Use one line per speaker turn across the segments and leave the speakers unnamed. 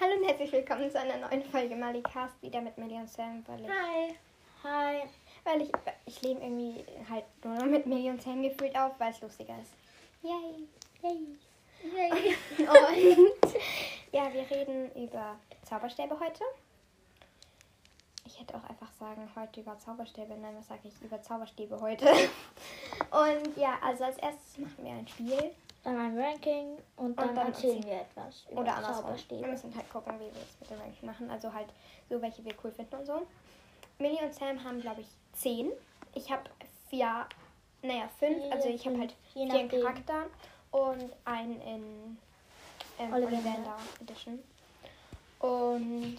Hallo und herzlich willkommen zu einer neuen Folge Malikast, wieder mit Millie und Sam, weil ich,
Hi. Hi.
weil ich, ich lebe irgendwie halt nur noch mit Millie und Sam gefühlt auf, weil es lustiger ist. Yay. Yay.
Yay.
Und ja, wir reden über Zauberstäbe heute. Ich hätte auch einfach sagen, heute über Zauberstäbe. Nein, was sage ich? Über Zauberstäbe heute. Und ja, also als erstes machen wir ein Spiel.
Dann ein Ranking und dann,
dann
erzählen wir etwas. über
Oder andersrum. Wir
Zauberstäbe.
müssen halt gucken, wie wir es mit dem Ranking machen. Also halt so, welche wir cool finden und so. Millie und Sam haben, glaube ich, zehn. Ich habe vier, naja, fünf.
Vier,
Also ich habe
fünf.
halt
Je
vier in
nachdem.
Charakter und einen in ähm,
Ollivander.
Ollivander Edition. Und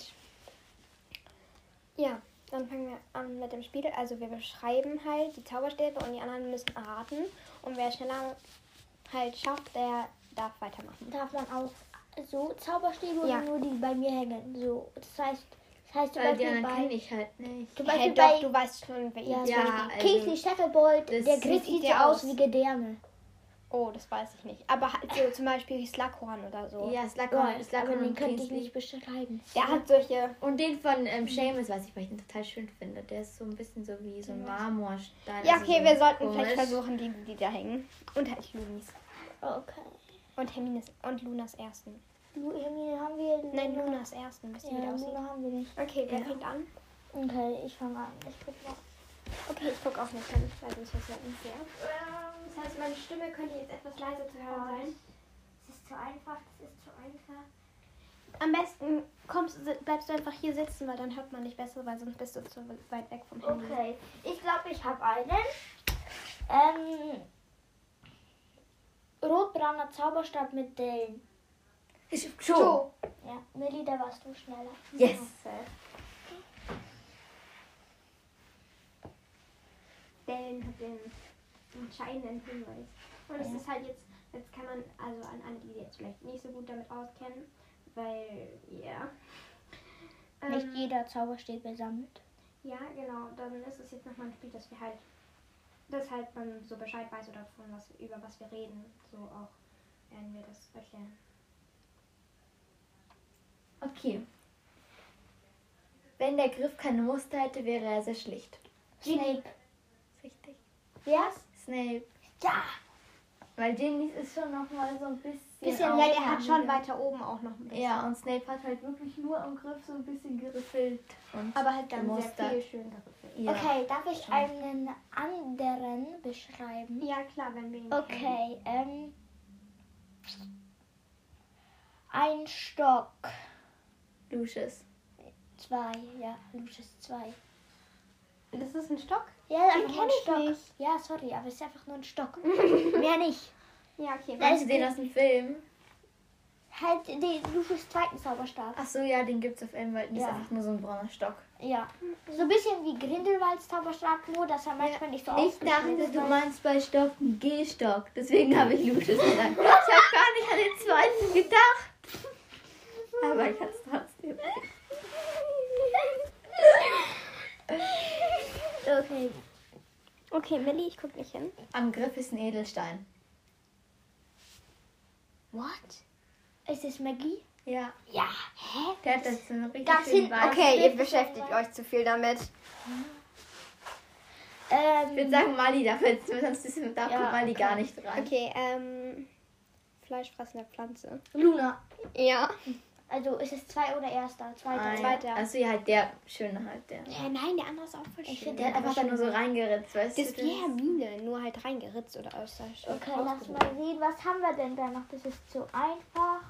ja, dann fangen wir an mit dem Spiel. Also wir beschreiben halt die Zauberstäbe und die anderen müssen erraten. Und wer schneller halt schafft, der darf weitermachen.
Darf man auch so Zauberstäbe
Ja.
oder nur die bei mir hängen? So, das heißt, das heißt zum
Weil die
Beispiel
anderen
bei,
kenne ich halt nicht.
zum
Hey,
Beispiel
doch,
bei
du weißt schon, wer
ja,
ja.
zum
Ja,
Beispiel
also,
Kingsley Shacklebolt,
das
der Griff
sieht
sieht
der
ja aus
aus.
wie Gedärme.
Oh, das weiß ich nicht. Aber halt so zum Beispiel Slughorn oder so.
Ja, Slughorn,
Ja, aber
Slughorn
den
und
könnte ich nicht
Kingsley.
beschreiben.
Der hat solche.
Und den von ähm, Seamus, was ich, weil ich den total schön finde. Der ist so ein bisschen so wie so ein Marmorstein.
Ja,
also
okay,
so
wir sollten vielleicht
komisch.
versuchen, die, die da hängen. Und halt Lunis.
Okay.
Und Hermines und Lunas ersten.
Lu- Hermine haben wir.
Nein,
Luna.
Lunas ersten, bis die
Ja,
wieder aussieht.
Luna haben wir nicht.
Okay, wer
Ja.
fängt an?
Okay, ich fange an. Ich guck mal.
Okay, ich guck auch nicht hin, weil sonst ist ja unfair. Ähm, Das heißt, meine Stimme könnte jetzt etwas leiser zu hören sein.
Das ist zu einfach, das ist zu einfach.
Am besten kommst, si- bleibst du einfach hier sitzen, weil dann hört man dich besser, weil sonst bist du zu weit weg vom Handy.
Okay, ich glaube, ich habe einen. Ähm, rotbrauner Zauberstab mit Dellen.
Ich, Joe.
So.
Ja, Millie, da warst du schneller.
Yes.
Dellen hat den entscheidenden Hinweis. Und es ist halt jetzt, jetzt kann man, also an alle, die jetzt vielleicht nicht so gut damit auskennen, weil, ja.
Nicht
Ähm,
jeder Zauberstab besammelt.
Ja, genau. Dann ist es jetzt nochmal ein Spiel, dass wir halt, dass halt man so Bescheid weiß oder von was, über was wir reden. So auch werden wir das erklären.
Okay. Wenn der Griff keine Muster hätte, wäre er sehr schlicht.
Snape.
Richtig.
Wer?
Snape.
Ja.
Weil Genies ist schon nochmal so ein bisschen.
Bisschen, ja, der hat schon weiter oben auch noch ein bisschen.
Ja, und Snape hat halt wirklich nur am Griff so ein bisschen geriffelt. Und
Aber halt dann
Muster.
sehr viel schön geriffelt.
ja.
Okay, darf ich einen anderen beschreiben?
Ja, klar, wenn wir ihn kennen.
Okay, ähm. Ein Stock.
Lucius.
Zwei, ja, Lucius zwei.
Das ist ein Stock?
Ja,
Den
einfach nur ein
kenn
Stock.
ich nicht.
Ja, sorry, aber es ist einfach nur ein Stock. Mehr nicht.
Ja, okay.
Nein,
Hast du den aus dem Film?
Halt den Lucius zweiten Zauberstab.
Ach so, ja, den gibt's auf Elmwald. Ja.
Ja.
Ist einfach nur so ein brauner Stock.
Ja. So ein bisschen wie Grindelwalds Zauberstab, nur dass er manchmal nicht so
Ich
ausgeschnitten
dachte, du
ist.
meinst bei Stock einen G-Stock. Deswegen habe ich Lucius gesagt. Ich habe gar nicht an den zweiten gedacht. Aber ich hab's trotzdem.
Okay.
Okay, Millie, ich guck nicht hin.
Am Griff ist ein Edelstein.
What? Ist es Maggie?
Ja.
Ja. Hä?
Der hat das so einen richtig
Das
schönen
sind-
Weiß.
Okay, ihr beschäftigt euch zu viel damit.
Ähm,
Ich würde sagen, Mali darf jetzt, sonst ist, darf
Ja,
Mali gar
okay.
nicht dran.
Okay, ähm. Fleischfressende Pflanze.
Luna.
Ja.
Also ist es zwei oder erster? Zweiter.
Ein-
Zweiter.
Also ja, halt der schöne halt, der.
Ja, nein, der andere ist auch voll schön.
Ich finde
Der hat einfach da nur so reingeritzt,
Das
weißt du?
ist wie Hermine, nur halt reingeritzt oder aus
Okay, lass mal sehen, was haben wir denn da noch? Das ist zu einfach.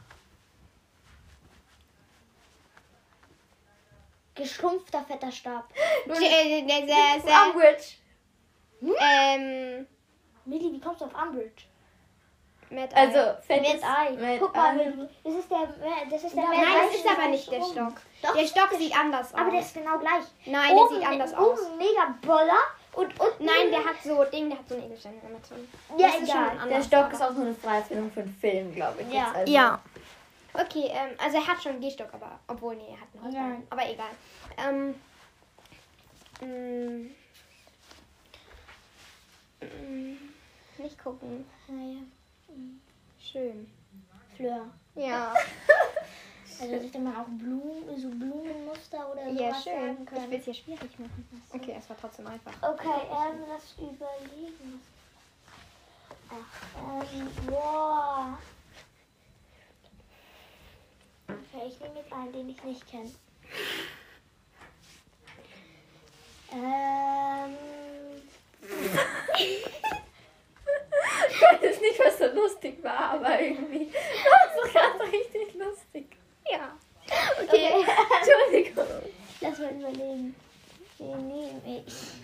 Geschrumpfter fetter Stab.
Äh, mal.
Umbridge.
äh, Ähm.
Millie, wie kommst du auf Umbridge?
Mit
Also, fällt
Mit Ei.
Mit
Guck mal,
Ei.
Millie. Das ist der, das ist der
Äh, Nein, das ist
Welche-
aber nicht der Stock.
Doch,
Der Stock sieht anders aus.
aber der ist genau gleich.
Nein, der sieht anders
oben
aus.
oh, mega Boller und unten.
Nein, der hat so Ding, der hat so einen Edelstein in der Mitte.
Ja,
das ist
egal.
schon ein
Der
anderer
Stock ist auch so eine Freiheitsfindung für einen Film, glaube
Ja.
ich. jetzt, also.
Ja. Okay, ähm, also er hat schon einen Gehstock, aber obwohl, nee, er hat einen Holzbein.
Nein.
Aber egal. Ähm, mm, mm, nicht gucken.
Naja,
Schön.
Fleur.
Ja.
Also hätte man auch Blumen, so Blumenmuster oder
Ja,
sowas
schön.
sagen
Ich will
können.
es hier schwierig machen. Okay, es war trotzdem einfach.
Okay, ähm, das überlegen. Ach, ähm, boah. Okay, ich nehme jetzt einen, den ich nicht kenne. Ähm,
Das ist nicht, was so lustig war, aber irgendwie war es gerade richtig lustig.
Ja. Okay.
Entschuldigung.
lass mal überlegen. Den nehme ich.
Ich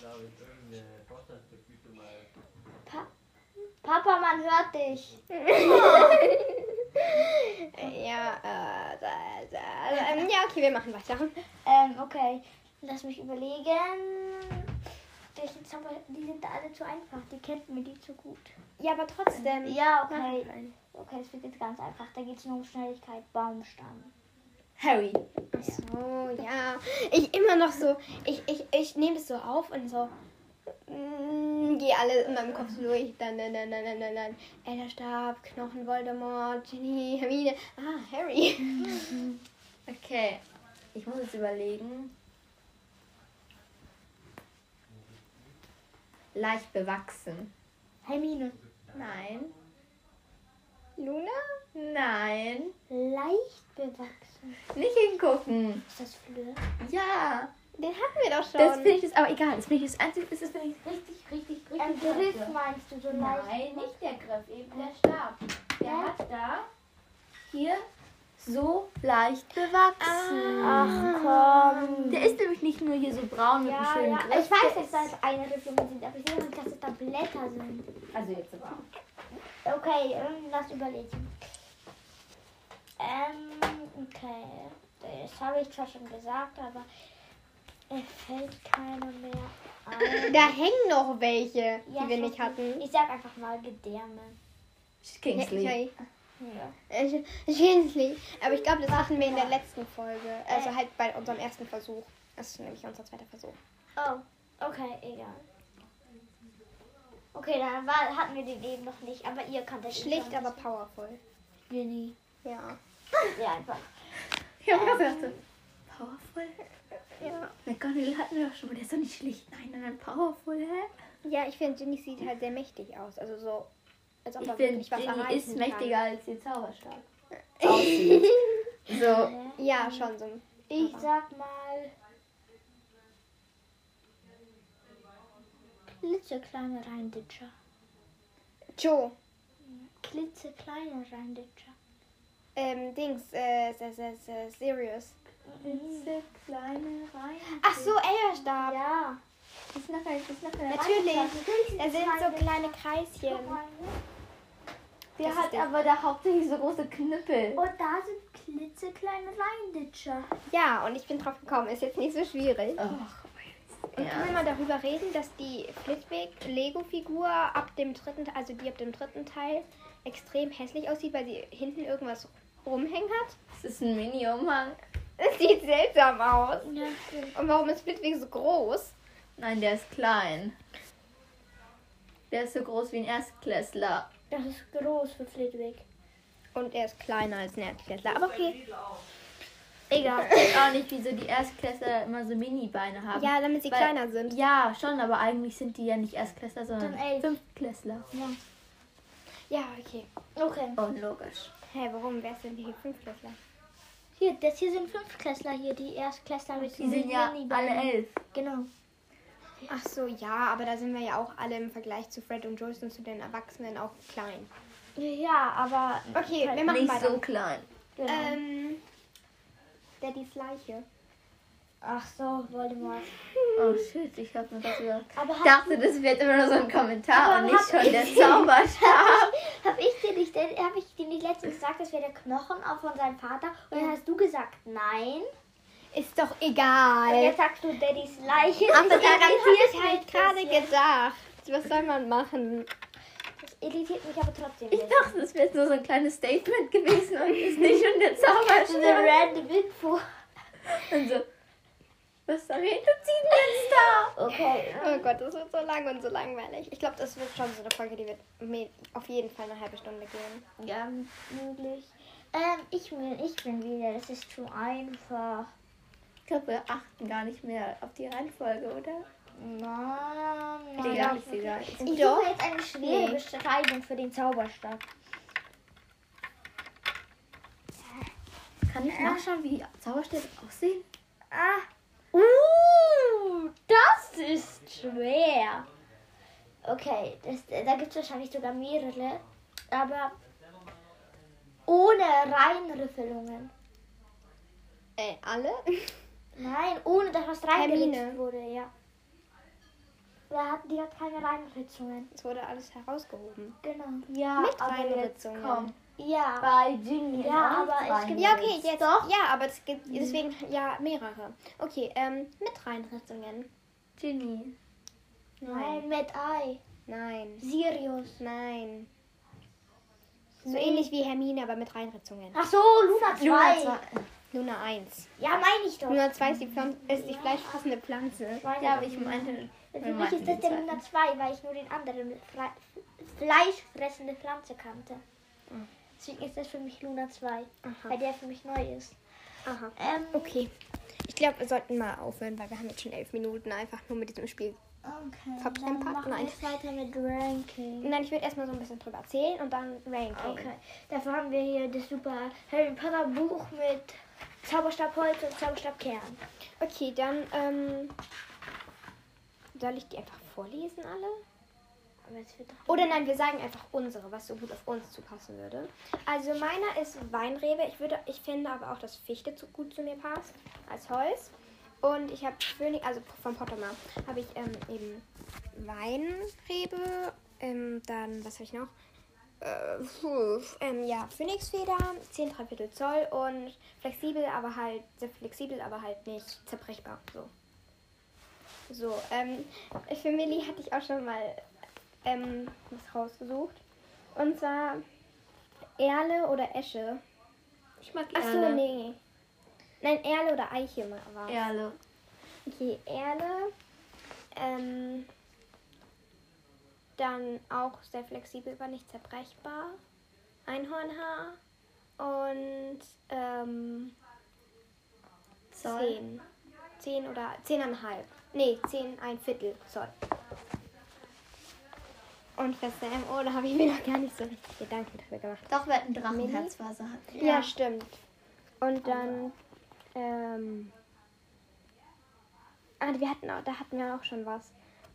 glaube, irgendeine Vorstandsvergütung mal
Papa, man hört dich.
Ja, äh, da, da, ähm, ja, okay, wir machen weiter.
Ähm, okay. Lass mich überlegen. Welchen Zauber, die sind alle zu einfach. Die kennt mir die zu gut.
Ja, aber trotzdem.
Ja,
Mach
okay.
rein.
Okay, das wird jetzt ganz einfach. Da geht es nur um Schnelligkeit. Baumstamm.
Harry.
Ach so, ja. Ich immer noch so, ich, ich, ich nehme es so auf und so. mm, Geh alle in meinem Kopf so durch. Dann, dann, dann, dann, dann, dann, dann. Elderstab, Knochen, Voldemort, Ginny, Hermine. Ah, Harry.
Okay. Ich muss jetzt überlegen. Leicht bewachsen.
Hermine.
Nein.
Luna?
Nein.
Leicht bewachsen.
Nicht hingucken.
Ist das Ähm, Fleur?
Ja.
Den hatten wir doch schon.
Das finde ich jetzt aber egal. Das finde ich das einzige, das ist finde ich richtig, richtig, richtig.
Ein Griff meinst du so
Nein,
leicht?
nicht der Griff, eben der Stab. Der
Hä?
hat da hier so leicht bewachsen.
Ach komm.
Der ist nämlich nicht nur hier so braun mit einem
Ja,
schönen
ja.
Griff.
Ich weiß,
der
dass da eine Riffel sind, aber ich sehe nicht, dass es da Blätter sind.
ist- Also jetzt aber auch.
Okay, ähm, lass überlegen. Ähm, okay. Das habe ich zwar schon gesagt, aber es fällt keiner mehr ein.
Ah, da hängen noch welche, die
Ja,
wir
ich
nicht
weiß
hatten.
Ich sag einfach mal Gedärme.
Kingsley.
Ja, okay.
Ja.
Ich, ich will es nicht. Aber ich glaube, das hatten wir in der letzten Folge. Also halt bei unserem ersten Versuch. Das ist nämlich unser zweiter Versuch.
Oh, okay, egal. Okay, dann war, hatten wir den eben noch nicht, aber ihr kanntet ihn
Schlicht,
schon.
aber powerful.
Genie.
Ja.
Ja, einfach.
Ich hab auch gedacht, so, powerful.
Ja,
McGonagall hatten wir doch schon mal. Der ist doch nicht schlicht. Nein, nein, nein, powerful, hä?
ja ich finde, Ginny sieht halt sehr mächtig aus. Also so, als ob
Ich
er
finde,
wirklich was
Ginny
erreichen
ist
kann.
mächtiger als ihr Zauberstab. Aussieht. so.
Ja, schon so.
Ich
Aber-
sag mal. Klitzekleine Reinditscher.
Joe,
Klitzekleine Reinditscher.
ähm, Dings, äh, s- s- s- äh, Sirius.
Mhm.
Diese kleine Reihe.
Ach so, Elderstab.
Ja.
Das ist nachher, das ist nachher.
Natürlich.
Natürlich.
Da sind so kleine Kreischen.
Der
Das ist
hat
der-
aber da hauptsächlich so große Knüppel.
Und da sind klitzekleine Reinditscher.
Ja, und ich bin drauf gekommen. Ist jetzt nicht so schwierig.
Ach,
Und können wir mal darüber reden, dass die Flitwick-Lego-Figur ab dem dritten, also die ab dem dritten Teil extrem hässlich aussieht, weil sie hinten irgendwas rumhängen hat?
das ist ein Mini-Umhang.
Es sieht seltsam aus.
Ja,
Und warum ist Flitwick so groß?
Nein, der ist klein. Der ist so groß wie ein Erstklässler.
das ist groß für Flitwick.
Und er ist kleiner als ein Erdklässler. Aber okay.
Egal. Ich weiß auch nicht, wieso die Erstklässler immer so Mini-Beine haben.
Ja, damit sie
Weil-
kleiner sind.
Ja, schon, aber eigentlich sind die ja nicht Erstklässler, sondern
Dann elf.
Fünftklässler.
Ja, okay.
Okay.
Oh,
Unlogisch.
Hä, warum? Wer ist denn die Fünfklässler?
Hier, das hier sind Fünftklässler hier, die Erstklässler mit
Die sind ja alle elf.
Genau.
Ach so, ja, aber da sind wir ja auch alle im Vergleich zu Fred und Joyce und zu den Erwachsenen auch klein.
Ja, aber.
Okay, wir machen
Nicht
weiter.
so klein.
Genau.
Ähm, Daddys Leiche.
Ach so, Voldemort.
Oh shit, ich hab mir das gedacht.
Aber
Ich
hab,
dachte, das wird immer nur so ein Kommentar
Aber
und nicht
hab
schon
ich-
der Zauberstab.
hab ich dir nicht, äh, hab ich dir nicht letztens gesagt, das wäre der Knochen auch von seinem Vater? Und dann hast du gesagt, nein.
Ist doch
Und
egal.
jetzt sagst du Daddys Leiche.
Aber
Das
daran habe
irritiert
ich
mich
halt gerade
bisschen.
gedacht. Was soll man machen?
Das irritiert mich aber trotzdem.
Ich dachte, das wäre nur so ein kleines Statement gewesen und ist nicht schon der Zauberstab.
random Info.
Und so, was soll ich ziehen jetzt da?
Okay.
Oh Gott, das wird so lang und so langweilig. Ich glaube, das wird schon so eine Folge, die wird me- auf jeden Fall eine halbe Stunde gehen.
Ja, möglich. Ähm, ich bin, ich bin wieder. Das ist zu einfach.
Ich glaube, wir achten gar nicht mehr auf die Reihenfolge, oder?
Nein, nein.
Egal,
nein.
ist egal.
Ich
Doch.
suche jetzt eine schwere
Nee.
Beschreibung für den Zauberstab.
Kann ich nachschauen, wie Zauberstäbe aussehen?
Ah. Uh, das ist schwer. Okay, das, da gibt es wahrscheinlich sogar mehrere, aber ohne Reinriffelungen.
Äh, alle?
Nein, ohne dass was reingeritzt
Hermine.
wurde, ja. Wir hatten, die hat keine Reinritzungen.
Es wurde alles herausgehoben.
Genau.
Ja,
Mit Reinritzungen.
Oh.
Ja,
Bei Ginny.
Ja, aber es gibt-
Ja, okay, jetzt. Ja, aber es gibt
Mhm.
deswegen ja mehrere. Okay, ähm, mit Reinritzungen.
Ginny.
nein, mit Ei.
Nein.
Sirius.
Nein. So
Nee.
ähnlich wie Hermine, aber mit Reinritzungen.
Ach so, Luna 2.
Luna 1.
Ja, meine ich doch.
Luna 2 ist die, Pflan- ist die fleischfressende Pflanze.
Ja, aber ich meinte.
Für mich ist das der Luna 2, weil ich nur den anderen Fle fleischfressende Pflanze kannte. Ah. Deswegen ist das für mich Luna 2, weil
Aha.
der für mich neu ist.
Aha.
Ähm,
Okay. Ich glaube, wir sollten mal aufhören, weil wir haben jetzt schon elf Minuten einfach nur mit diesem Spiel.
okay.
Verplempert?
Dann machen wir
Nein.
jetzt weiter mit Ranking.
Nein, ich würde erstmal so ein bisschen drüber erzählen und dann ranken.
Okay. Dafür haben wir hier das super Harry Potter Buch mit Zauberstab Holz und Zauberstab Kern.
Okay, dann, ähm. Soll ich die einfach vorlesen, alle?
Aber jetzt wird doch-
Oder nein, wir sagen einfach unsere, was so gut auf uns zu passen würde. Also meiner ist Weinrebe. Ich, würde, ich finde aber auch, dass Fichte zu gut zu mir passt als Holz. Und ich habe Phönix, also vom Pottermar, habe ich ähm, eben Weinrebe. Ähm, dann, was habe ich noch? Äh, puh, ähm, ja, Phönixfeder, 10 Dreiviertel Zoll und flexibel, aber halt, sehr flexibel, aber halt nicht zerbrechbar. So. So, ähm, für Millie hatte ich auch schon mal ähm, was rausgesucht. Und zwar Erle oder Esche.
Ich mag
Achso,
Erle.
nee. Nein, Erle oder Eiche war.
Erle.
Okay, Erle. Ähm, dann auch sehr flexibel, aber nicht zerbrechbar. Einhornhaar. Und ähm,
Zoll.
zehn zehn oder 10,5. Nee, zehn ein Viertel Zoll. Und für Sam, oh, da habe ich mir noch gar nicht so richtig Gedanken drüber gemacht.
Doch, wir hatten Drachenherz, war so.
Ja, stimmt. Und dann, ähm, ah, wir hatten auch, da hatten wir auch schon was.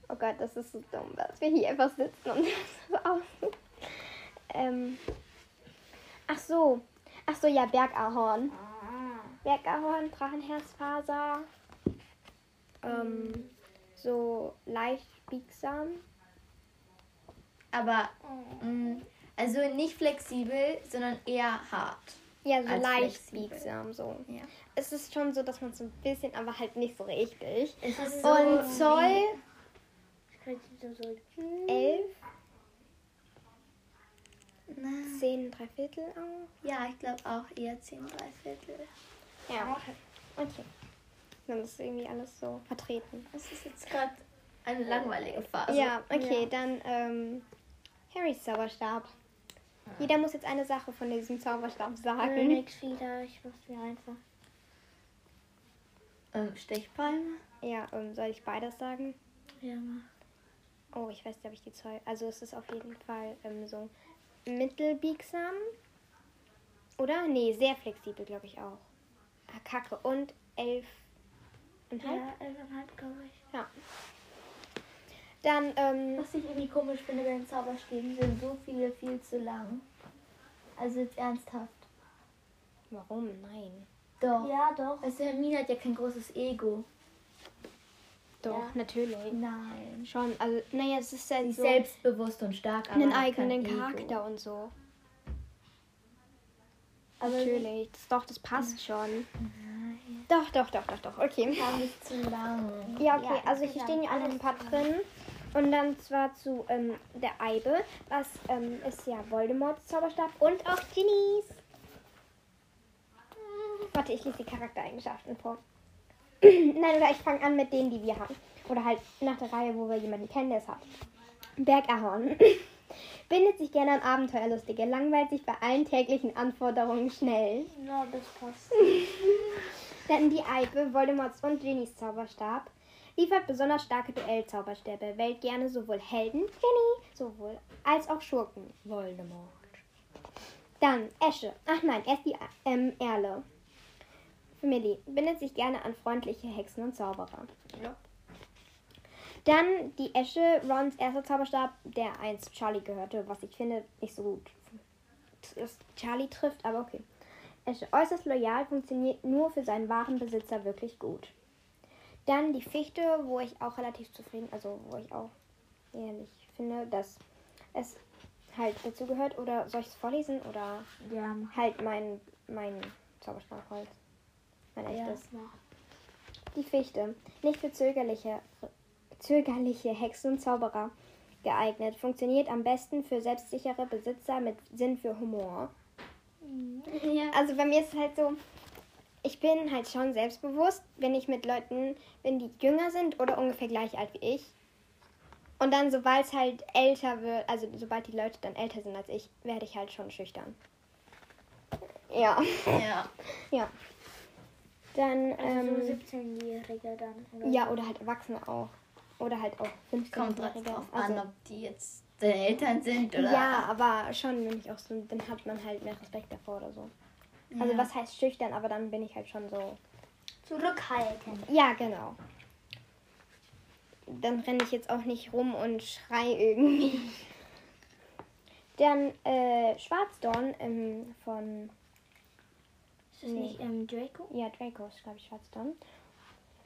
Oh Gott, das ist so dumm, dass wir hier einfach sitzen und das so aus. Ähm, ach so, ach so, ja, Bergahorn.
Ah,
Bergahorn, Drachenherzfaser, ähm, so leicht biegsam.
Aber,
oh.
mh, also nicht flexibel, sondern eher hart.
Ja, so
Als
leicht
flexibel.
biegsam, so.
Ja.
Es ist schon so, dass man so ein bisschen, aber halt nicht so richtig.
Es ist
Und Zoll
Ich Also, könnte so, so.
11,
Na,
10, 3 Viertel auch.
ja, ich glaube auch eher 10, 3 Viertel.
Ja. Ah, Okay. Dann ist irgendwie alles so vertreten.
Das ist jetzt gerade eine langweilige Phase.
Also, ja, okay, dann ähm, Harrys Zauberstab. Jeder muss jetzt eine Sache von diesem Zauberstab sagen.
Äh, Nix wieder, ich mach's mir einfach.
Ähm, Stechpalme.
Ja, ähm, soll ich beides sagen?
Ja, mach.
Oh, ich weiß, glaube ich, die Zoll. Also es ist auf jeden Fall ähm, so mittelbiegsam. Oder? Nee, sehr flexibel, glaube ich auch. Ah, Kacke. Und elf und halb.
Ja, elfeinhalb, glaube ich.
Dann, ähm,
Was ich irgendwie komisch finde bei den Zauberstäben, sind so viele viel zu lang. Also jetzt ernsthaft.
warum? Nein.
Doch.
Ja, doch.
Weißt du, Hermine hat ja kein großes Ego.
Doch,
Ja.
natürlich.
Nein.
Schon, also, naja, es ist ja
Sie ist
so
selbstbewusst und stark, aber
einen
hat kein
eigenen
Ego.
Charakter und so.
Aber
Natürlich, das, doch, das passt schon. Doch, doch, doch, doch, doch, okay.
war nicht zu lang.
Ja, okay,
Ja,
also hier
ja,
stehen ja auch noch ein paar drin. Und dann zwar zu ähm, der Eibe, was ähm, ist ja Voldemorts Zauberstab und auch Ginnys. Warte, ich lese die Charaktereigenschaften vor. Nein, oder ich fange an mit denen, die wir haben. Oder halt nach der Reihe, wo wir jemanden kennen, der es hat. Bergahorn. Bindet sich gerne an Abenteuerlustige, langweilt sich bei allen täglichen Anforderungen schnell.
Ja, das passt.
Dann die Eibe, Voldemorts und Genies Zauberstab. Liefert besonders starke Duellzauberstäbe, wählt gerne sowohl Helden, Genie, sowohl als auch Schurken, Voldemort. Dann Esche. Ach nein, erst die ähm, Erle. Familie. Bindet sich gerne an freundliche Hexen und Zauberer.
Ja.
Dann die Esche, Rons erster Zauberstab, der einst Charlie gehörte, was ich finde nicht so gut ist. Charlie trifft, aber okay. Esche, äußerst loyal, funktioniert nur für seinen wahren Besitzer wirklich gut. Dann die Fichte, wo ich auch relativ zufrieden, also wo ich auch ehrlich finde, dass es halt dazu gehört. Oder soll ich es vorlesen oder
Ja,
halt mein, mein Zauberstabholz? Mein
ja.
echtes. Die Fichte. Nicht für zögerliche, zögerliche Hexen und Zauberer geeignet. Funktioniert am besten für selbstsichere Besitzer mit Sinn für Humor.
Ja.
Also bei mir ist es halt so, ich bin halt schon selbstbewusst, wenn ich mit Leuten, wenn die jünger sind oder ungefähr gleich alt wie ich. Und dann, sobald es halt älter wird, also sobald die Leute dann älter sind als ich, werde ich halt schon schüchtern. Ja,
ja.
ja. Dann,
Also so
ähm,
17-Jährige dann. Oder?
ja, oder halt Erwachsene auch. Oder halt auch 15-Jährige.
Kommt drauf drauf
Also-
an, ob die jetzt deine Eltern sind oder.
Ja, aber schon, wenn ich auch so, dann hat man halt mehr Respekt davor oder so. Also
Ja.
was heißt schüchtern, aber dann bin ich halt schon so.
Zurückhalten.
Ja, genau. Dann renne ich jetzt auch nicht rum und schrei irgendwie. Dann äh, Schwarzdorn ähm, von
Ist das nicht ähm, Draco?
Ja, Draco ist, glaube ich, Schwarzdorn.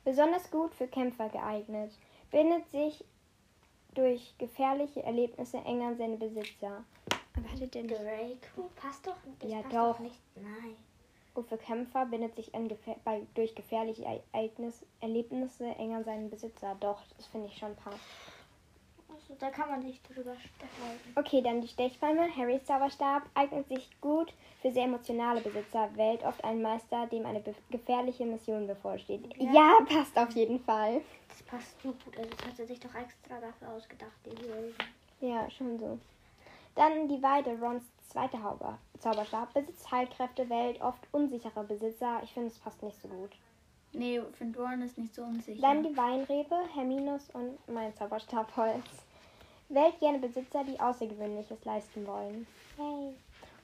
Besonders gut für Kämpfer geeignet. Bindet sich durch gefährliche Erlebnisse enger an seine Besitzer. Aber hatte der nicht
Draco? Passt doch das
Ja,
passt
doch.
nicht. Nein.
Gut für Kämpfer bindet sich an gefähr bei, durch gefährliche Ereignis Erlebnisse enger an seinen Besitzer. Doch, das finde ich schon passt.
Also, da kann man nicht drüber streiten.
Okay, dann die Stechpalme. Harrys Zauberstab eignet sich gut für sehr emotionale Besitzer. Wählt oft einen Meister, dem eine be- gefährliche Mission bevorsteht. Ja.
Ja.
passt auf jeden Fall.
Das passt so gut. Also, das hat er sich doch extra dafür ausgedacht, die Leute.
Ja, schon so. Dann die Weide, Rons zweiter Hauber Zauberstab. Besitzt Heilkräfte, wählt oft unsichere Besitzer. Ich finde, es passt nicht so gut.
Nee, Finn Warren ist nicht so unsicher.
Dann die Weinrebe, Herminus und mein Zauberstabholz. Wählt gerne Besitzer, die Außergewöhnliches leisten wollen. Yay.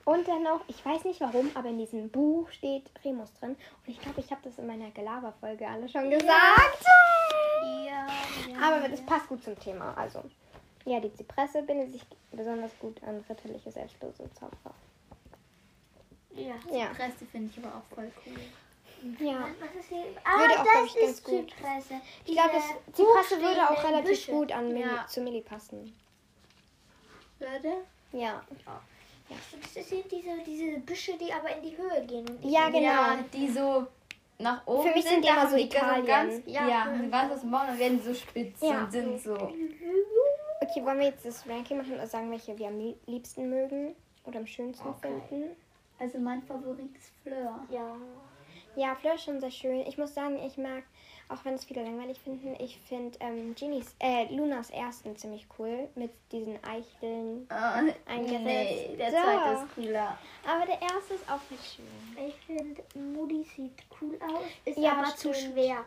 Und dann noch, ich weiß nicht warum, aber in diesem Buch steht Remus drin. Und ich glaube, ich habe das in meiner Gelaberfolge alle schon gesagt.
Ja, ja.
Aber das passt gut zum Thema. Also, ja, die Zypresse bindet sich besonders gut an ritterliche Selbstbesitzhaufer.
ja.
Ja.
Presse finde ich aber auch voll cool.
ja.
Was ist hier? Ah,
auch, glaub
das
ich, ganz
ist
gut.
Zypresse.
Ich glaube, das- Zypresse würde auch
hochstehenden
relativ
Büsche.
gut an Millie,
Ja.
zu Millie passen.
Würde?
Ja.
Das sind diese, diese Büsche, die aber in die Höhe gehen. Und nicht
Ja, genau.
Ja, die so nach oben
Für mich sind die
da
immer
haben
so
die
Italien.
Ganz, ja,
Ja.
du weißt was morgen, dann werden die so spitz
Ja.
und sind so.
Okay, wollen wir jetzt das Ranking machen und sagen, welche wir am liebsten mögen oder am schönsten finden?
Also mein Favorit ist Fleur.
Ja.
Ja, Fleur ist schon sehr schön. Ich muss sagen, ich mag, auch wenn es viele langweilig finden, ich finde ähm, Genies, äh, Lunas ersten ziemlich cool mit diesen Eicheln.
Ah,
Eingesetzt.
nee, der
So.
zweite ist cooler.
Aber der erste ist auch sehr schön.
Ich finde, Moody sieht cool aus, ist
Ja,
aber
das
zu
stimmt.
schwer.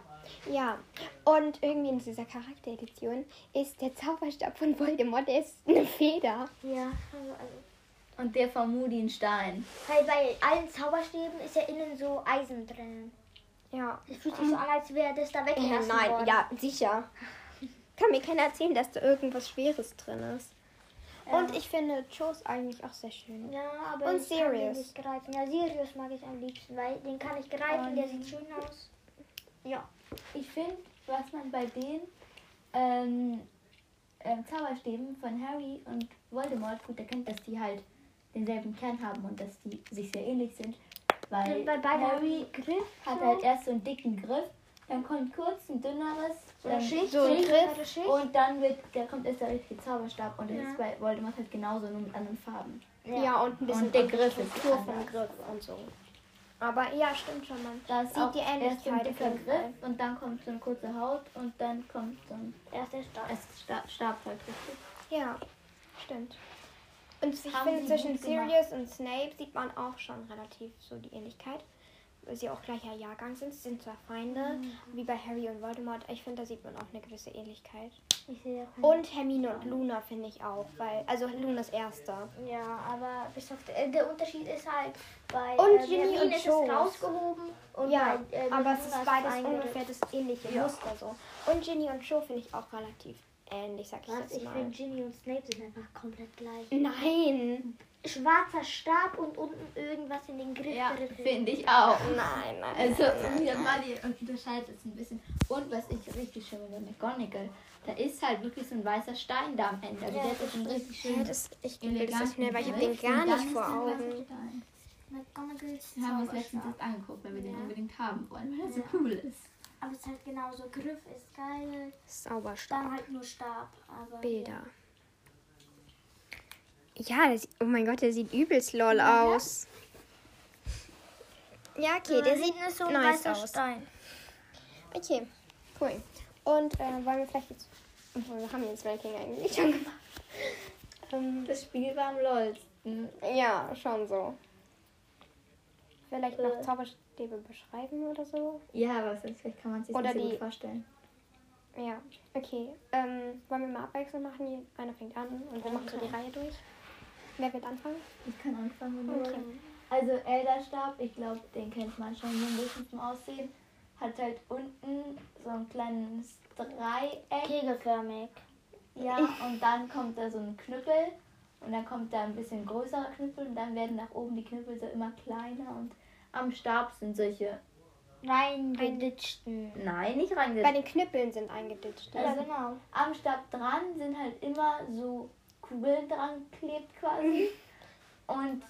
Ja, und irgendwie in dieser Charakteredition ist der Zauberstab von Voldemort, der ist eine Feder.
Ja, also, also.
Und der von Moody ein Stein.
Weil bei allen Zauberstäben ist ja innen so Eisen drin.
Ja.
Es fühlt sich so an, als wäre das da weggelassen
Äh, Nein,
worden.
ja, sicher. Kann mir keiner erzählen, dass da irgendwas Schweres drin ist. Und
Ja.
ich finde Chose eigentlich auch sehr schön.
Ähm, Ja, aber
Und
ich kann den
Sirius.
nicht greifen. Ja, Sirius mag ich am liebsten, weil den kann ich greifen, der sieht schön aus. Ja.
Ich finde, was man bei den ähm, ähm, Zauberstäben von Harry und Voldemort gut erkennt, dass die halt denselben Kern haben und dass die sich sehr ähnlich sind. Weil
Und bei beiden
Harry
haben Griff
hat
so.
halt erst so einen dicken Griff, dann kommt kurz ein dünneres
eine
ähm,
Schicht,
so ein
eine
Griff
dickere Schicht.
und dann wird, da kommt erst der richtige Zauberstab und das
Ja.
ist bei Voldemort halt genauso, nur mit anderen Farben.
Ja, und ein bisschen
Und der Griff ist
Struktur vom
anders.
Griff und so. Aber ja, stimmt schon, Mann.
Da ist
Sieht
auch
die
erst so ein
Ähnlichkeit auf
dicker
jeden Fall.
Griff und dann kommt so eine kurze Haut und dann kommt so ein
Er ist der Stab.
erst Stab, Stab halt richtig.
Ja, stimmt. Und ich
Haben
finde,
sie
zwischen
gut gemacht.
Sirius und Snape sieht man auch schon relativ so die Ähnlichkeit. Weil sie auch gleicher Jahrgang sind, sie sind zwar Feinde,
Mhm.
wie bei Harry und Voldemort. Ich finde, da sieht man auch eine gewisse Ähnlichkeit.
Ich sehe
Mhm.
auch
Und Hermine und Luna finde ich auch, weil, also Lunas erster.
Ja, aber bis auf äh, der Unterschied ist halt bei
Und
ähm,
Ginny
Hermine
und
ist es
Joe.
rausgehoben und
Ja,
bei, äh,
aber es
Luna
ist beides
eingerückt.
ungefähr das ähnliche
Ja.
Muster so. Und Ginny und Cho finde ich auch relativ ähnlich, sag ich
Was?
jetzt
Ich finde
mal. Mhm.
Ginny und Snape sind einfach komplett gleich.
Nein,
Schwarzer Stab und unten irgendwas in den Griff
Ja,
gerissen.
finde ich auch.
nein, nein.
Also, wieder mal, ihr unterscheidet es ein bisschen. Und was ich richtig schön finde, McGonagall, da ist halt wirklich so ein weißer Stein da am Ende. Also,
Ja,
der ist schon richtig
Ja,
schön.
das, ich gebe das so
elegant
schnell, weil ich habe den
gewölbt
gar
und dann
nicht
ist
vor
da ein weißer
Augen.
Stein.
McGonagalls
Wir haben uns letztens
Zauberstab.
erst angeguckt, weil wir den
Ja.
unbedingt haben wollen, weil er so
Ja.
cool ist.
Aber es ist halt genauso. Griff ist geil. Dann
Zauberstab.
halt nur Stab. Aber
Bilder. Ja, der sieht, oh mein Gott, der sieht übelst lol aus. Ja, okay, der sieht
nur so
ein nice weißer aus.
Stein.
Okay, cool. Und äh, wollen wir vielleicht jetzt. Obwohl, wir haben jetzt Ranking eigentlich schon gemacht. Ähm,
Das Spiel war am lolsten.
ja, schon so. Vielleicht noch
Äh.
Zauberstäbe beschreiben oder so.
Ja, aber sonst vielleicht kann man sich
Oder
nicht so
die-
gut vorstellen.
Ja, okay. Ähm, wollen wir mal abwechselnd machen? Je- Einer fängt an und wir machen so die
Okay.
Reihe durch. Wer wird anfangen?
Ich kann anfangen. wenn du
Okay.
willst. Also Elderstab, ich glaube, den kennt man schon so ein bisschen vom Aussehen. Hat halt unten so ein kleines
Äh,
Dreieck.
Kegelförmig.
Ja, und dann kommt da so ein Knüppel und dann kommt da ein bisschen größerer Knüppel und dann werden nach oben die Knüppel so immer kleiner und am Stab sind solche,
Reingeditschten.
nein, nicht
Bei
reingesetzt.
den Knüppeln sind eingeditscht.
Ja,
Also-
genau.
Am Stab dran sind halt immer so Kugeln dran geklebt quasi und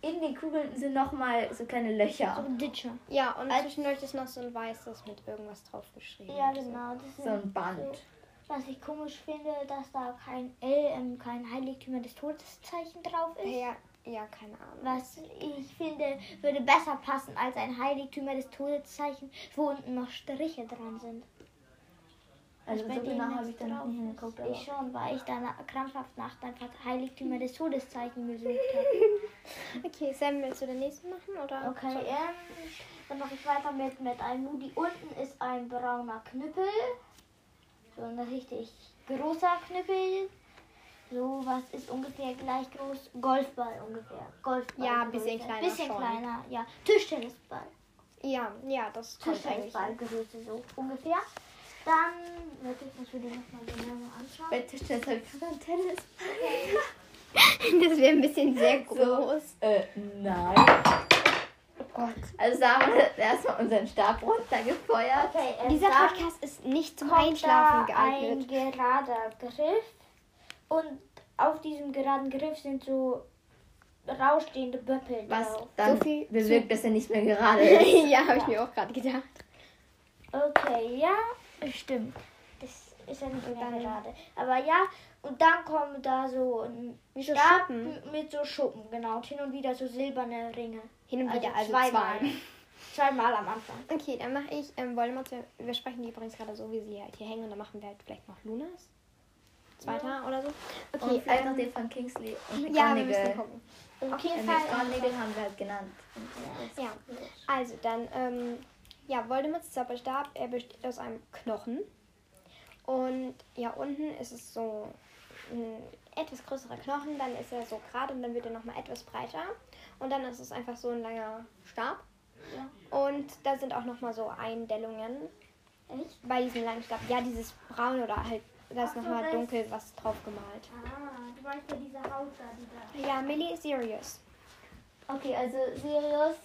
in den Kugeln sind nochmal so kleine Löcher.
So Ditsche.
Ja, und
Als-
zwischendurch ist noch so ein weißes mit irgendwas draufgeschrieben.
Ja, genau. Das
So ein
sind-
Band.
Was ich komisch finde, dass da kein L, ähm, kein Heiligtümer des Todeszeichen drauf ist.
Ja, ja, keine Ahnung.
Was ich finde, würde besser passen als ein Heiligtümer des Todeszeichens, wo unten noch Striche dran sind.
Also
Bei
so
denen
genau
jetzt
habe ich da noch
drauf
nicht
ist.
hingeguckt. Aber
Ich schon, weil ich dann krampfhaft nach dann Heiligtümer des Todeszeichen gesucht habe.
Okay, Sam, willst du den nächsten machen? Oder?
Okay, ähm, dann mache ich weiter mit, mit einem Moody. Unten ist ein brauner Knüppel. So ein richtig großer Knüppel. So was ist ungefähr gleich groß. Golfball ungefähr. Golfball.
Ja, ein bisschen
Größe.
kleiner
Bisschen
schon.
kleiner, ja. Tischtennisball.
Ja, ja, das kommt eigentlich.
Tischtennisballgröße so ungefähr. Dann würde ich natürlich nochmal genau anschauen.
bei Tischtennis habe ich gerade an Tennis.
Das wäre ein bisschen sehr groß.
Äh, nein.
Oh Gott.
Also da haben wir erstmal unseren Stab runtergefeuert.
Okay, äh,
Dieser
dann
Podcast ist nicht zum
kommt
Einschlafen
da
geeignet.
Ein gerader Griff und auf diesem geraden Griff sind so rausstehende Böppel
Was
drauf.
dann
genau So viel
bewirkt, dass er nicht mehr gerade ist.
ja, habe ich mir auch gerade gedacht.
Okay, ja, stimmt. Das ist ja nicht
Und
mehr
dann-
gerade. Aber ja, und dann kommen da so ein
Wie so
Stab
Schuppen.
m- mit so Schuppen, genau. Und hin und wieder so silberne Ringe.
Hin und wieder, also
zweimal.
zwei.
Zweimal am Anfang.
Okay, dann mache ich ähm, Voldemort. Wir, wir sprechen die übrigens gerade so, wie sie halt hier hängen. Und dann machen wir halt vielleicht noch Lunas. Zweiter oder so. Okay,
Und vielleicht
ähm,
noch den von Kingsley und
ja, wir
McGonagall.
müssen gucken.
Auf
Ja,
jeden Fall.
McGonagall haben wir halt genannt.
ähm, Ja, also dann, ähm, ja, Voldemorts Zauberstab, er besteht aus einem Knochen. Und ja, unten ist es so ein etwas größerer Knochen, dann ist er so gerade und dann wird er nochmal etwas breiter. Und dann ist es einfach so ein langer Stab. Und da sind auch nochmal so Eindellungen
Echt?
bei diesem langen Stab. Ja, dieses braune oder halt, da ist
Ach so,
nochmal
das-
dunkel was drauf gemalt.
Ah, du meinst ja diese Haut da, die da.
Ja, Millie ist serious.
Okay, also Sirius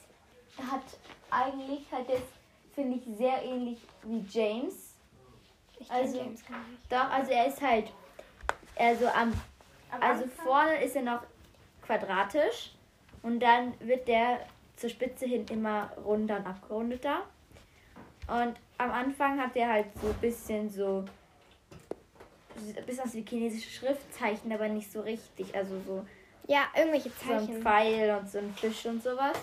hat eigentlich halt jetzt, finde ich, sehr ähnlich wie James.
Ich kenn
Also-
James gar nicht.
Doch, also er ist halt, also am, also vorne ist er noch quadratisch und dann wird der zur Spitze hin immer runder und abgerundeter. Und am Anfang hat er halt so ein bisschen so, bisschen aus wie chinesische Schriftzeichen, aber nicht so richtig, also so
Ja, irgendwelche
so ein
Zeichen.
Pfeil und so ein Fisch und sowas.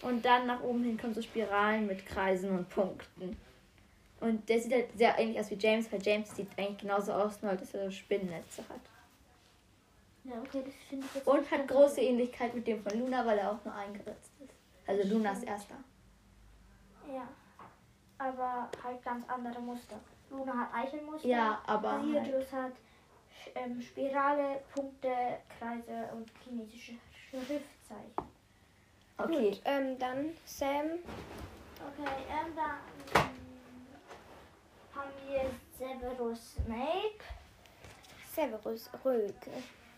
Und dann nach oben hin kommen so Spiralen mit Kreisen und Punkten. Und der sieht halt sehr ähnlich aus wie James, weil James sieht eigentlich genauso aus, nur dass er so Spinnennetze hat.
Ja, okay, das finde ich jetzt.
Und hat große Ähnlichkeit mit dem von Luna, weil er auch nur eingeritzt ist. Also Lunas erster.
Ja. Aber halt ganz andere Muster. Luna hat Eichelmuster.
Ja, aber halt,
Sirius hat ähm, Spirale, Punkte, Kreise und chinesische Schriftzeichen.
okay.
Gut, ähm, dann Sam.
Okay, ähm, dann ähm, haben wir Severus Snape.
Severus Röge.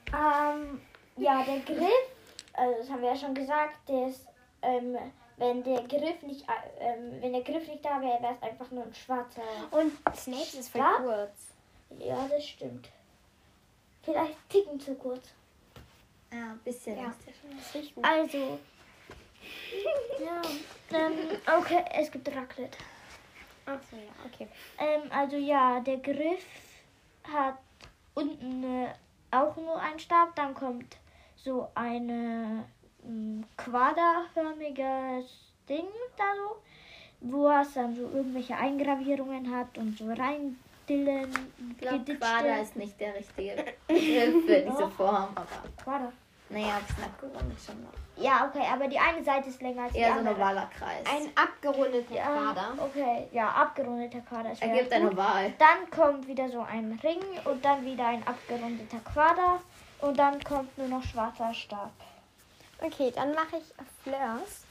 Ähm, ja, der Griff, also das haben wir ja schon gesagt, der ist, ähm, wenn der Griff nicht, äh, ähm, wenn der Griff nicht da wäre, wäre es einfach nur ein schwarzer.
Und Snape ist voll
Ja?
kurz.
Ja, das stimmt. Vielleicht ticken zu kurz.
Ja, ein bisschen.
Ja, das ist richtig gut.
Also. ja. Ähm, okay, es gibt Raclette.
Achso, ja, okay.
Ähm, also ja, der Griff hat unten äh, auch nur einen Stab, dann kommt so eine ähm, quaderförmiges Ding da so, wo es dann so irgendwelche Eingravierungen hat und so rein dillen.
Ich glaube, Quader ist nicht der richtige Begriff für diese Form, aber
Quader.
naja, es ist abgerundet schon noch.
Ja, okay, aber die eine Seite ist länger als die
Eher so ein
andere.
ovaler Kreis.
Ein abgerundeter
ja,
Quader.
Okay, ja, abgerundeter Quader ist
Ergibt ein Oval.
Dann kommt wieder so ein Ring und dann wieder ein abgerundeter Quader und dann kommt nur noch schwarzer Stab.
Okay, dann mache ich Fleurs.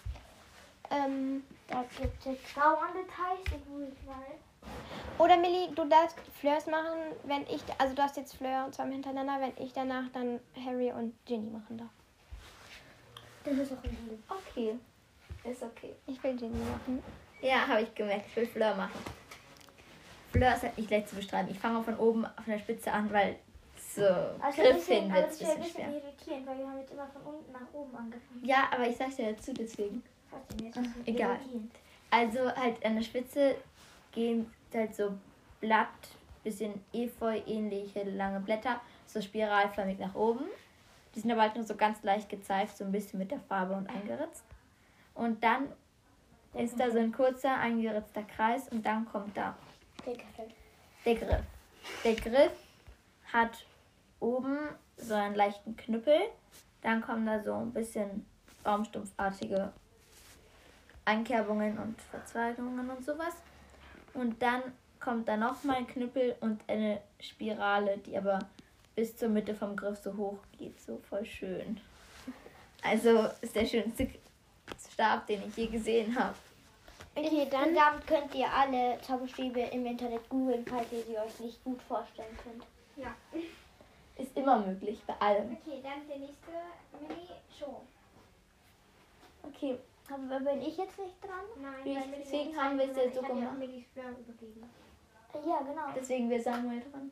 Ähm,
Da gibt es graue Details, ich muss mal.
oder Millie, du darfst Fleurs machen, wenn ich, also du darfst jetzt Fleur und zwar hintereinander, wenn ich danach dann Harry und Ginny machen darf.
Das ist auch ein Bild.
Okay. Ist okay.
Ich will Ginny machen.
Ja, habe ich gemerkt. Ich will Fleur machen. Fleur ist halt nicht leicht zu beschreiben. Ich fange mal von oben von der Spitze an, weil so
Also
Griff
deswegen,
hin
aber
wird
das
es
ist ja
ein
ein
bisschen
bisschen
schwer.
irritierend, weil wir haben jetzt immer von unten nach oben angefangen.
Ja, aber ich sag's dir dazu, deswegen.
Trotzdem, jetzt ist es
Egal.
irritierend.
Also halt an der Spitze gehen halt so Blatt, bisschen Efeu-ähnliche lange Blätter, so spiralförmig nach oben. Die sind aber halt nur so ganz leicht gezeift, so ein bisschen mit der Farbe und eingeritzt. Und dann ist da so ein kurzer eingeritzter Kreis und dann kommt da
Der Griff.
Der Griff. Der Griff hat oben so einen leichten Knüppel. Dann kommen da so ein bisschen baumstumpfartige Einkerbungen und Verzweigungen und sowas. Und dann kommt da nochmal ein Knüppel und eine Spirale, die aber bis zur Mitte vom Griff so hoch geht. So voll schön. Also ist der schönste Stab, den ich je gesehen habe.
Okay, dann.
Insgesamt könnt ihr alle Zauberstäbe im Internet googeln, falls ihr sie euch nicht gut vorstellen könnt.
Ist immer möglich bei allem.
Okay,
Also
dann der nächste Mini-Show.
Okay,
Aber bin ich jetzt nicht dran?
Nein,
Wie-
weil mit
deswegen
den
haben wir es ja
Zeichnungen-
so
ich kann
gemacht.
auch Millis Fleur übergeben.
Ja, genau.
deswegen wäre Samuel dran.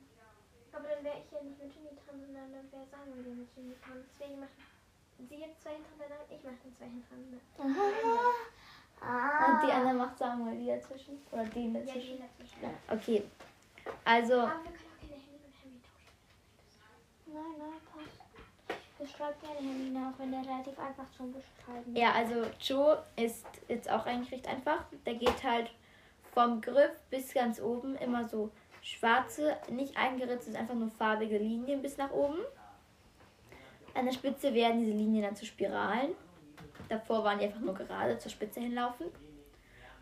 Aber dann wäre ich ja nicht mit Ginny dran, sondern dann wäre Samuel ja mit Ginny dran. Deswegen machen sie jetzt zwei hintereinander und ich mache dann zwei hintereinander.
genau. Ah.
Und die andere macht Samuel die dazwischen. Oder den
Ja, die
dazwischen.
dazwischen.
Ja, okay.
Oh.
Also,
Aber wir können auch keine Handy und Handy tauschen.
Nein, nein, passt. Beschreibt gerne Hermine, auch wenn der relativ einfach zum Beschreiben
ja, also Joe ist jetzt auch eigentlich recht einfach. Der geht halt vom Griff bis ganz oben immer so schwarze, nicht eingeritzt, sondern einfach nur farbige Linien bis nach oben. An der Spitze werden diese Linien dann zu Spiralen. Davor waren die einfach nur gerade zur Spitze hinlaufen.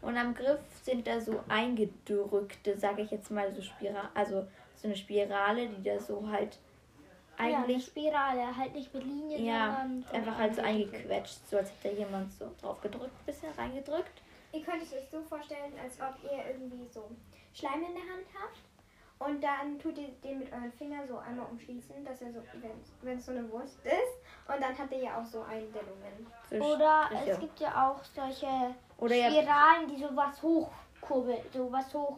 Und am Griff sind da so eingedrückte, sage ich jetzt mal, so Spirale, also so eine Spirale, die da so halt
Eigentlich
eigentlich
Spirale, halt nicht mit Linien,
Ja,
sondern
einfach halt so eingequetscht, so als hätte da jemand so drauf gedrückt, ein bisschen reingedrückt.
Ihr könnt es euch so vorstellen, als ob ihr irgendwie so Schleim in der Hand habt. Und dann tut ihr den mit euren Fingern so einmal umschließen, dass er so, wenn es so eine Wurst ist. Und dann habt ihr ja auch so Eindellungen.
So
Oder
Striche.
es gibt ja auch solche
Oder ja,
Spiralen, die sowas hochkurbeln, sowas hoch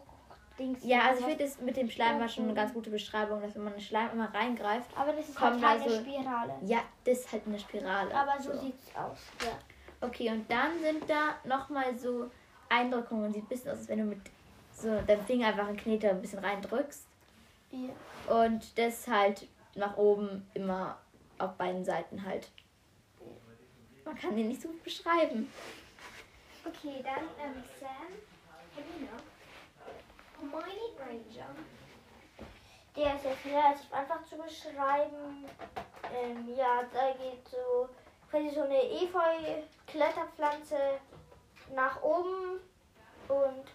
Dings.
ja, also ich finde das mit dem Schleim war schon eine ganz gute Beschreibung, dass wenn man den Schleim immer reingreift,
Aber das ist halt
kommen also- da
keine
so-
Spirale.
ja, das ist halt eine Spirale.
Aber so, sieht's aus. Ja.
Okay, und dann sind da nochmal so Eindrückungen. Sieht ein bisschen aus, als wenn du mit so deinem Finger einfach einen Kneter ein bisschen reindrückst.
Ja.
Und das halt nach oben immer auf beiden Seiten halt. Man kann den nicht so gut beschreiben.
Okay, dann ähm, Sam, Helena, Hermione Granger.
Der ist jetzt relativ einfach zu beschreiben. Ähm, ja, da geht so quasi so eine Efeu-Kletterpflanze nach oben und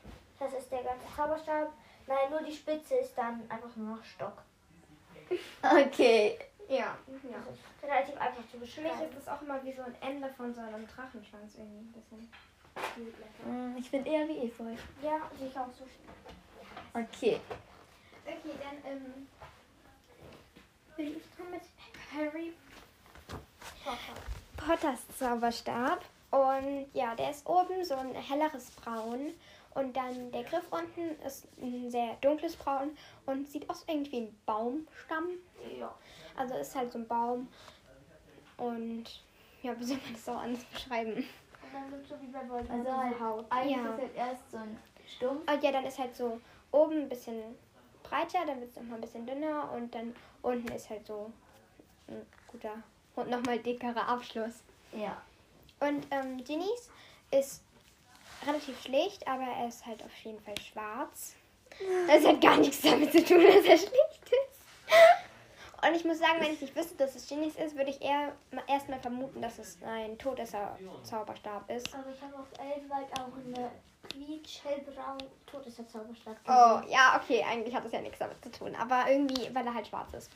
das ist der ganze Zauberstab. Nein, nur die Spitze ist dann einfach nur noch Stock.
Okay.
Ja, ja.
Relativ einfach zu
Für mich
beschreiben.
ist es auch immer wie so ein Ende von so einem Drachenschwanz irgendwie ein bisschen. Die Blätter.
Mm, Ich finde eher wie Efeu.
Ja, sicher auch so.
Okay.
Okay, dann ähm, bin ich dran mit Harry Potters Zauberstab. Und ja, der ist oben so ein helleres Braun. Und dann der Griff unten ist ein sehr dunkles Braun und sieht aus irgendwie ein Baumstamm. Ja. Also ist halt so ein Baum. Und ja, wie soll man das auch anders beschreiben?
Und dann gibt es so wie bei Wolken
Also
diese
halt
Haut.
Eigentlich
Ja.
ist halt erst so ein Stumpf.
Und ja, dann ist halt so oben ein bisschen breiter, dann wird es nochmal ein bisschen dünner und dann unten ist halt so ein guter und nochmal dickerer Abschluss.
Ja.
Und ähm, Ginis ist relativ schlicht, aber er ist halt auf jeden Fall schwarz. Das hat gar nichts damit zu tun, dass er schlicht ist. Und ich muss sagen, wenn ich nicht wüsste, dass es Ginis ist, würde ich eher ma- erstmal vermuten, dass es ein Todesser-Zauberstab ist.
Aber ich habe auf Elfwald auch eine quietsch hellbraun todesser Zauberstab.
Oh, ja, okay, eigentlich hat das ja nichts damit zu tun, aber irgendwie, weil er halt schwarz ist.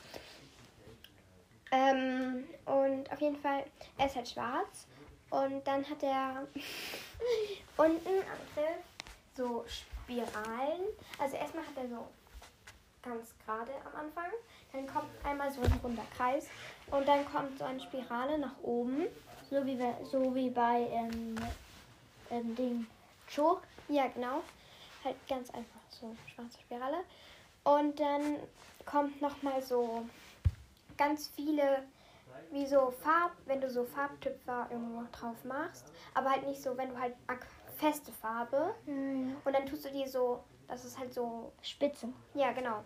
Ähm, und auf jeden Fall, er ist halt schwarz und dann hat er unten am Griff so Spiralen. Also erstmal hat er so ganz gerade am Anfang, dann kommt einmal so ein runder Kreis und dann kommt so eine Spirale nach oben.
So wie bei, so wie bei ähm, ähm, Ding.
Cho? Ja, genau. Halt ganz einfach so schwarze Spirale. Und dann kommt nochmal so ganz viele, wie so Farb, wenn du so Farbtüpfer irgendwo drauf machst. Aber halt nicht so, wenn du halt ak- feste Farbe. Und dann tust du die so, das ist halt so,
Spitze.
ja genau,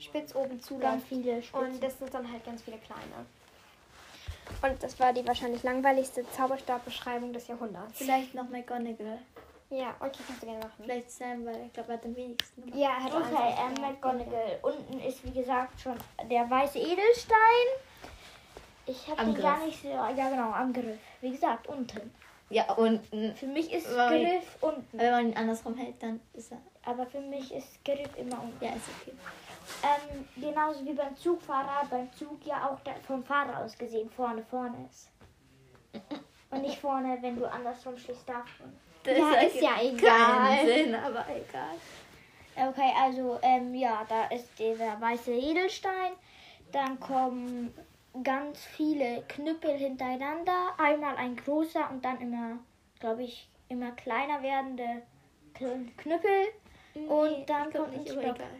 spitz oben zu.
Ganz
läuft.
viele Spitzen.
Und das sind dann halt ganz viele kleine. Und das war die wahrscheinlich langweiligste Zauberstabbeschreibung des Jahrhunderts.
Vielleicht noch McGonagall.
Ja, okay, kannst du gerne machen.
Vielleicht Sam, weil ich glaube, er hat am wenigsten. gemacht.
Ja, er hat
Okay,
eins.
ähm, McGonagall. Unten ist wie gesagt schon der weiße Edelstein. Ich habe
Am
den gar
Griff.
nicht so. Ja, genau, am Griff. Wie gesagt, unten.
Ja, unten.
Für mich ist
Weil-
Griff unten.
Wenn man ihn andersrum hält, dann ist er.
Aber für mich ist Griff immer unten.
Ja, ist okay.
Ähm, genauso wie beim Zugfahrer, beim Zug ja auch da, vom Fahrer aus gesehen vorne vorne ist. Und nicht vorne, wenn du andersrum stehst, darf man.
Das
Ja,
ergibt
ist ja egal.
Keinen Sinn, aber egal.
Okay, also ähm, ja, da ist dieser weiße Edelstein. Dann kommen ganz viele Knüppel hintereinander. Einmal ein großer und dann immer, glaube ich, immer kleiner werdende Kn- Knüppel. und dann
Ich glaub
kommt ein
nicht, aber
Stock.
egal.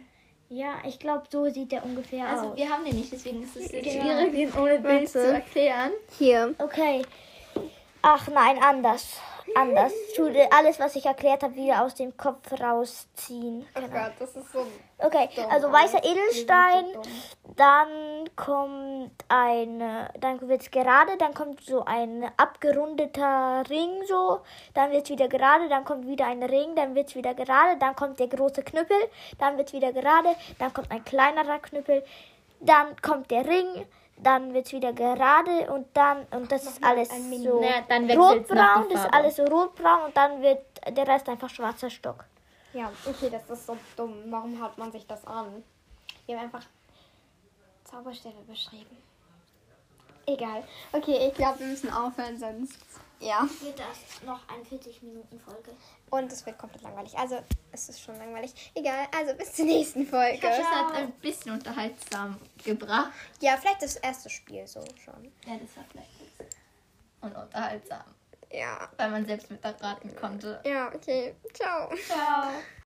Ja, ich glaube, so sieht der ungefähr
Also
aus.
wir haben den nicht, deswegen ist es sehr
Genau.
schwierig, den ohne Bild zu erklären.
Hier.
Okay. Ach nein, anders. Anders. Tu dir alles, was ich erklärt habe, wieder aus dem Kopf rausziehen.
Oh Gott, das ist so.
Okay, also weißer Edelstein, dann kommt ein, dann wird es gerade, dann kommt so ein abgerundeter Ring so, dann wird es wieder gerade, dann kommt wieder ein Ring, dann wird es wieder gerade, dann kommt der große Knüppel, dann wird es wieder gerade, dann kommt ein kleinerer Knüppel, dann kommt der Ring, dann wird es wieder gerade und dann, und das ist alles so
Naja, dann wechselt's noch die
rotbraun, das ist
Farbe.
alles so rotbraun und dann wird der Rest einfach schwarzer Stock.
Ja, okay, das ist so dumm. Warum hat man sich das an?
Wir haben einfach Zauberstäbe beschrieben. Egal. Okay, ich glaube, wir müssen aufhören, sonst. Ja.
Wird das noch eine 40-Minuten-Folge?
Und es wird komplett langweilig. Also, es ist schon langweilig. Egal. Also, bis zur nächsten Folge.
Das hat ein bisschen unterhaltsam gebracht.
Ja, vielleicht das erste Spiel so schon.
Ja, das war vielleicht und unterhaltsam,
Ja.
weil man selbst mit erraten konnte.
Ja, okay. Ciao.
Ciao.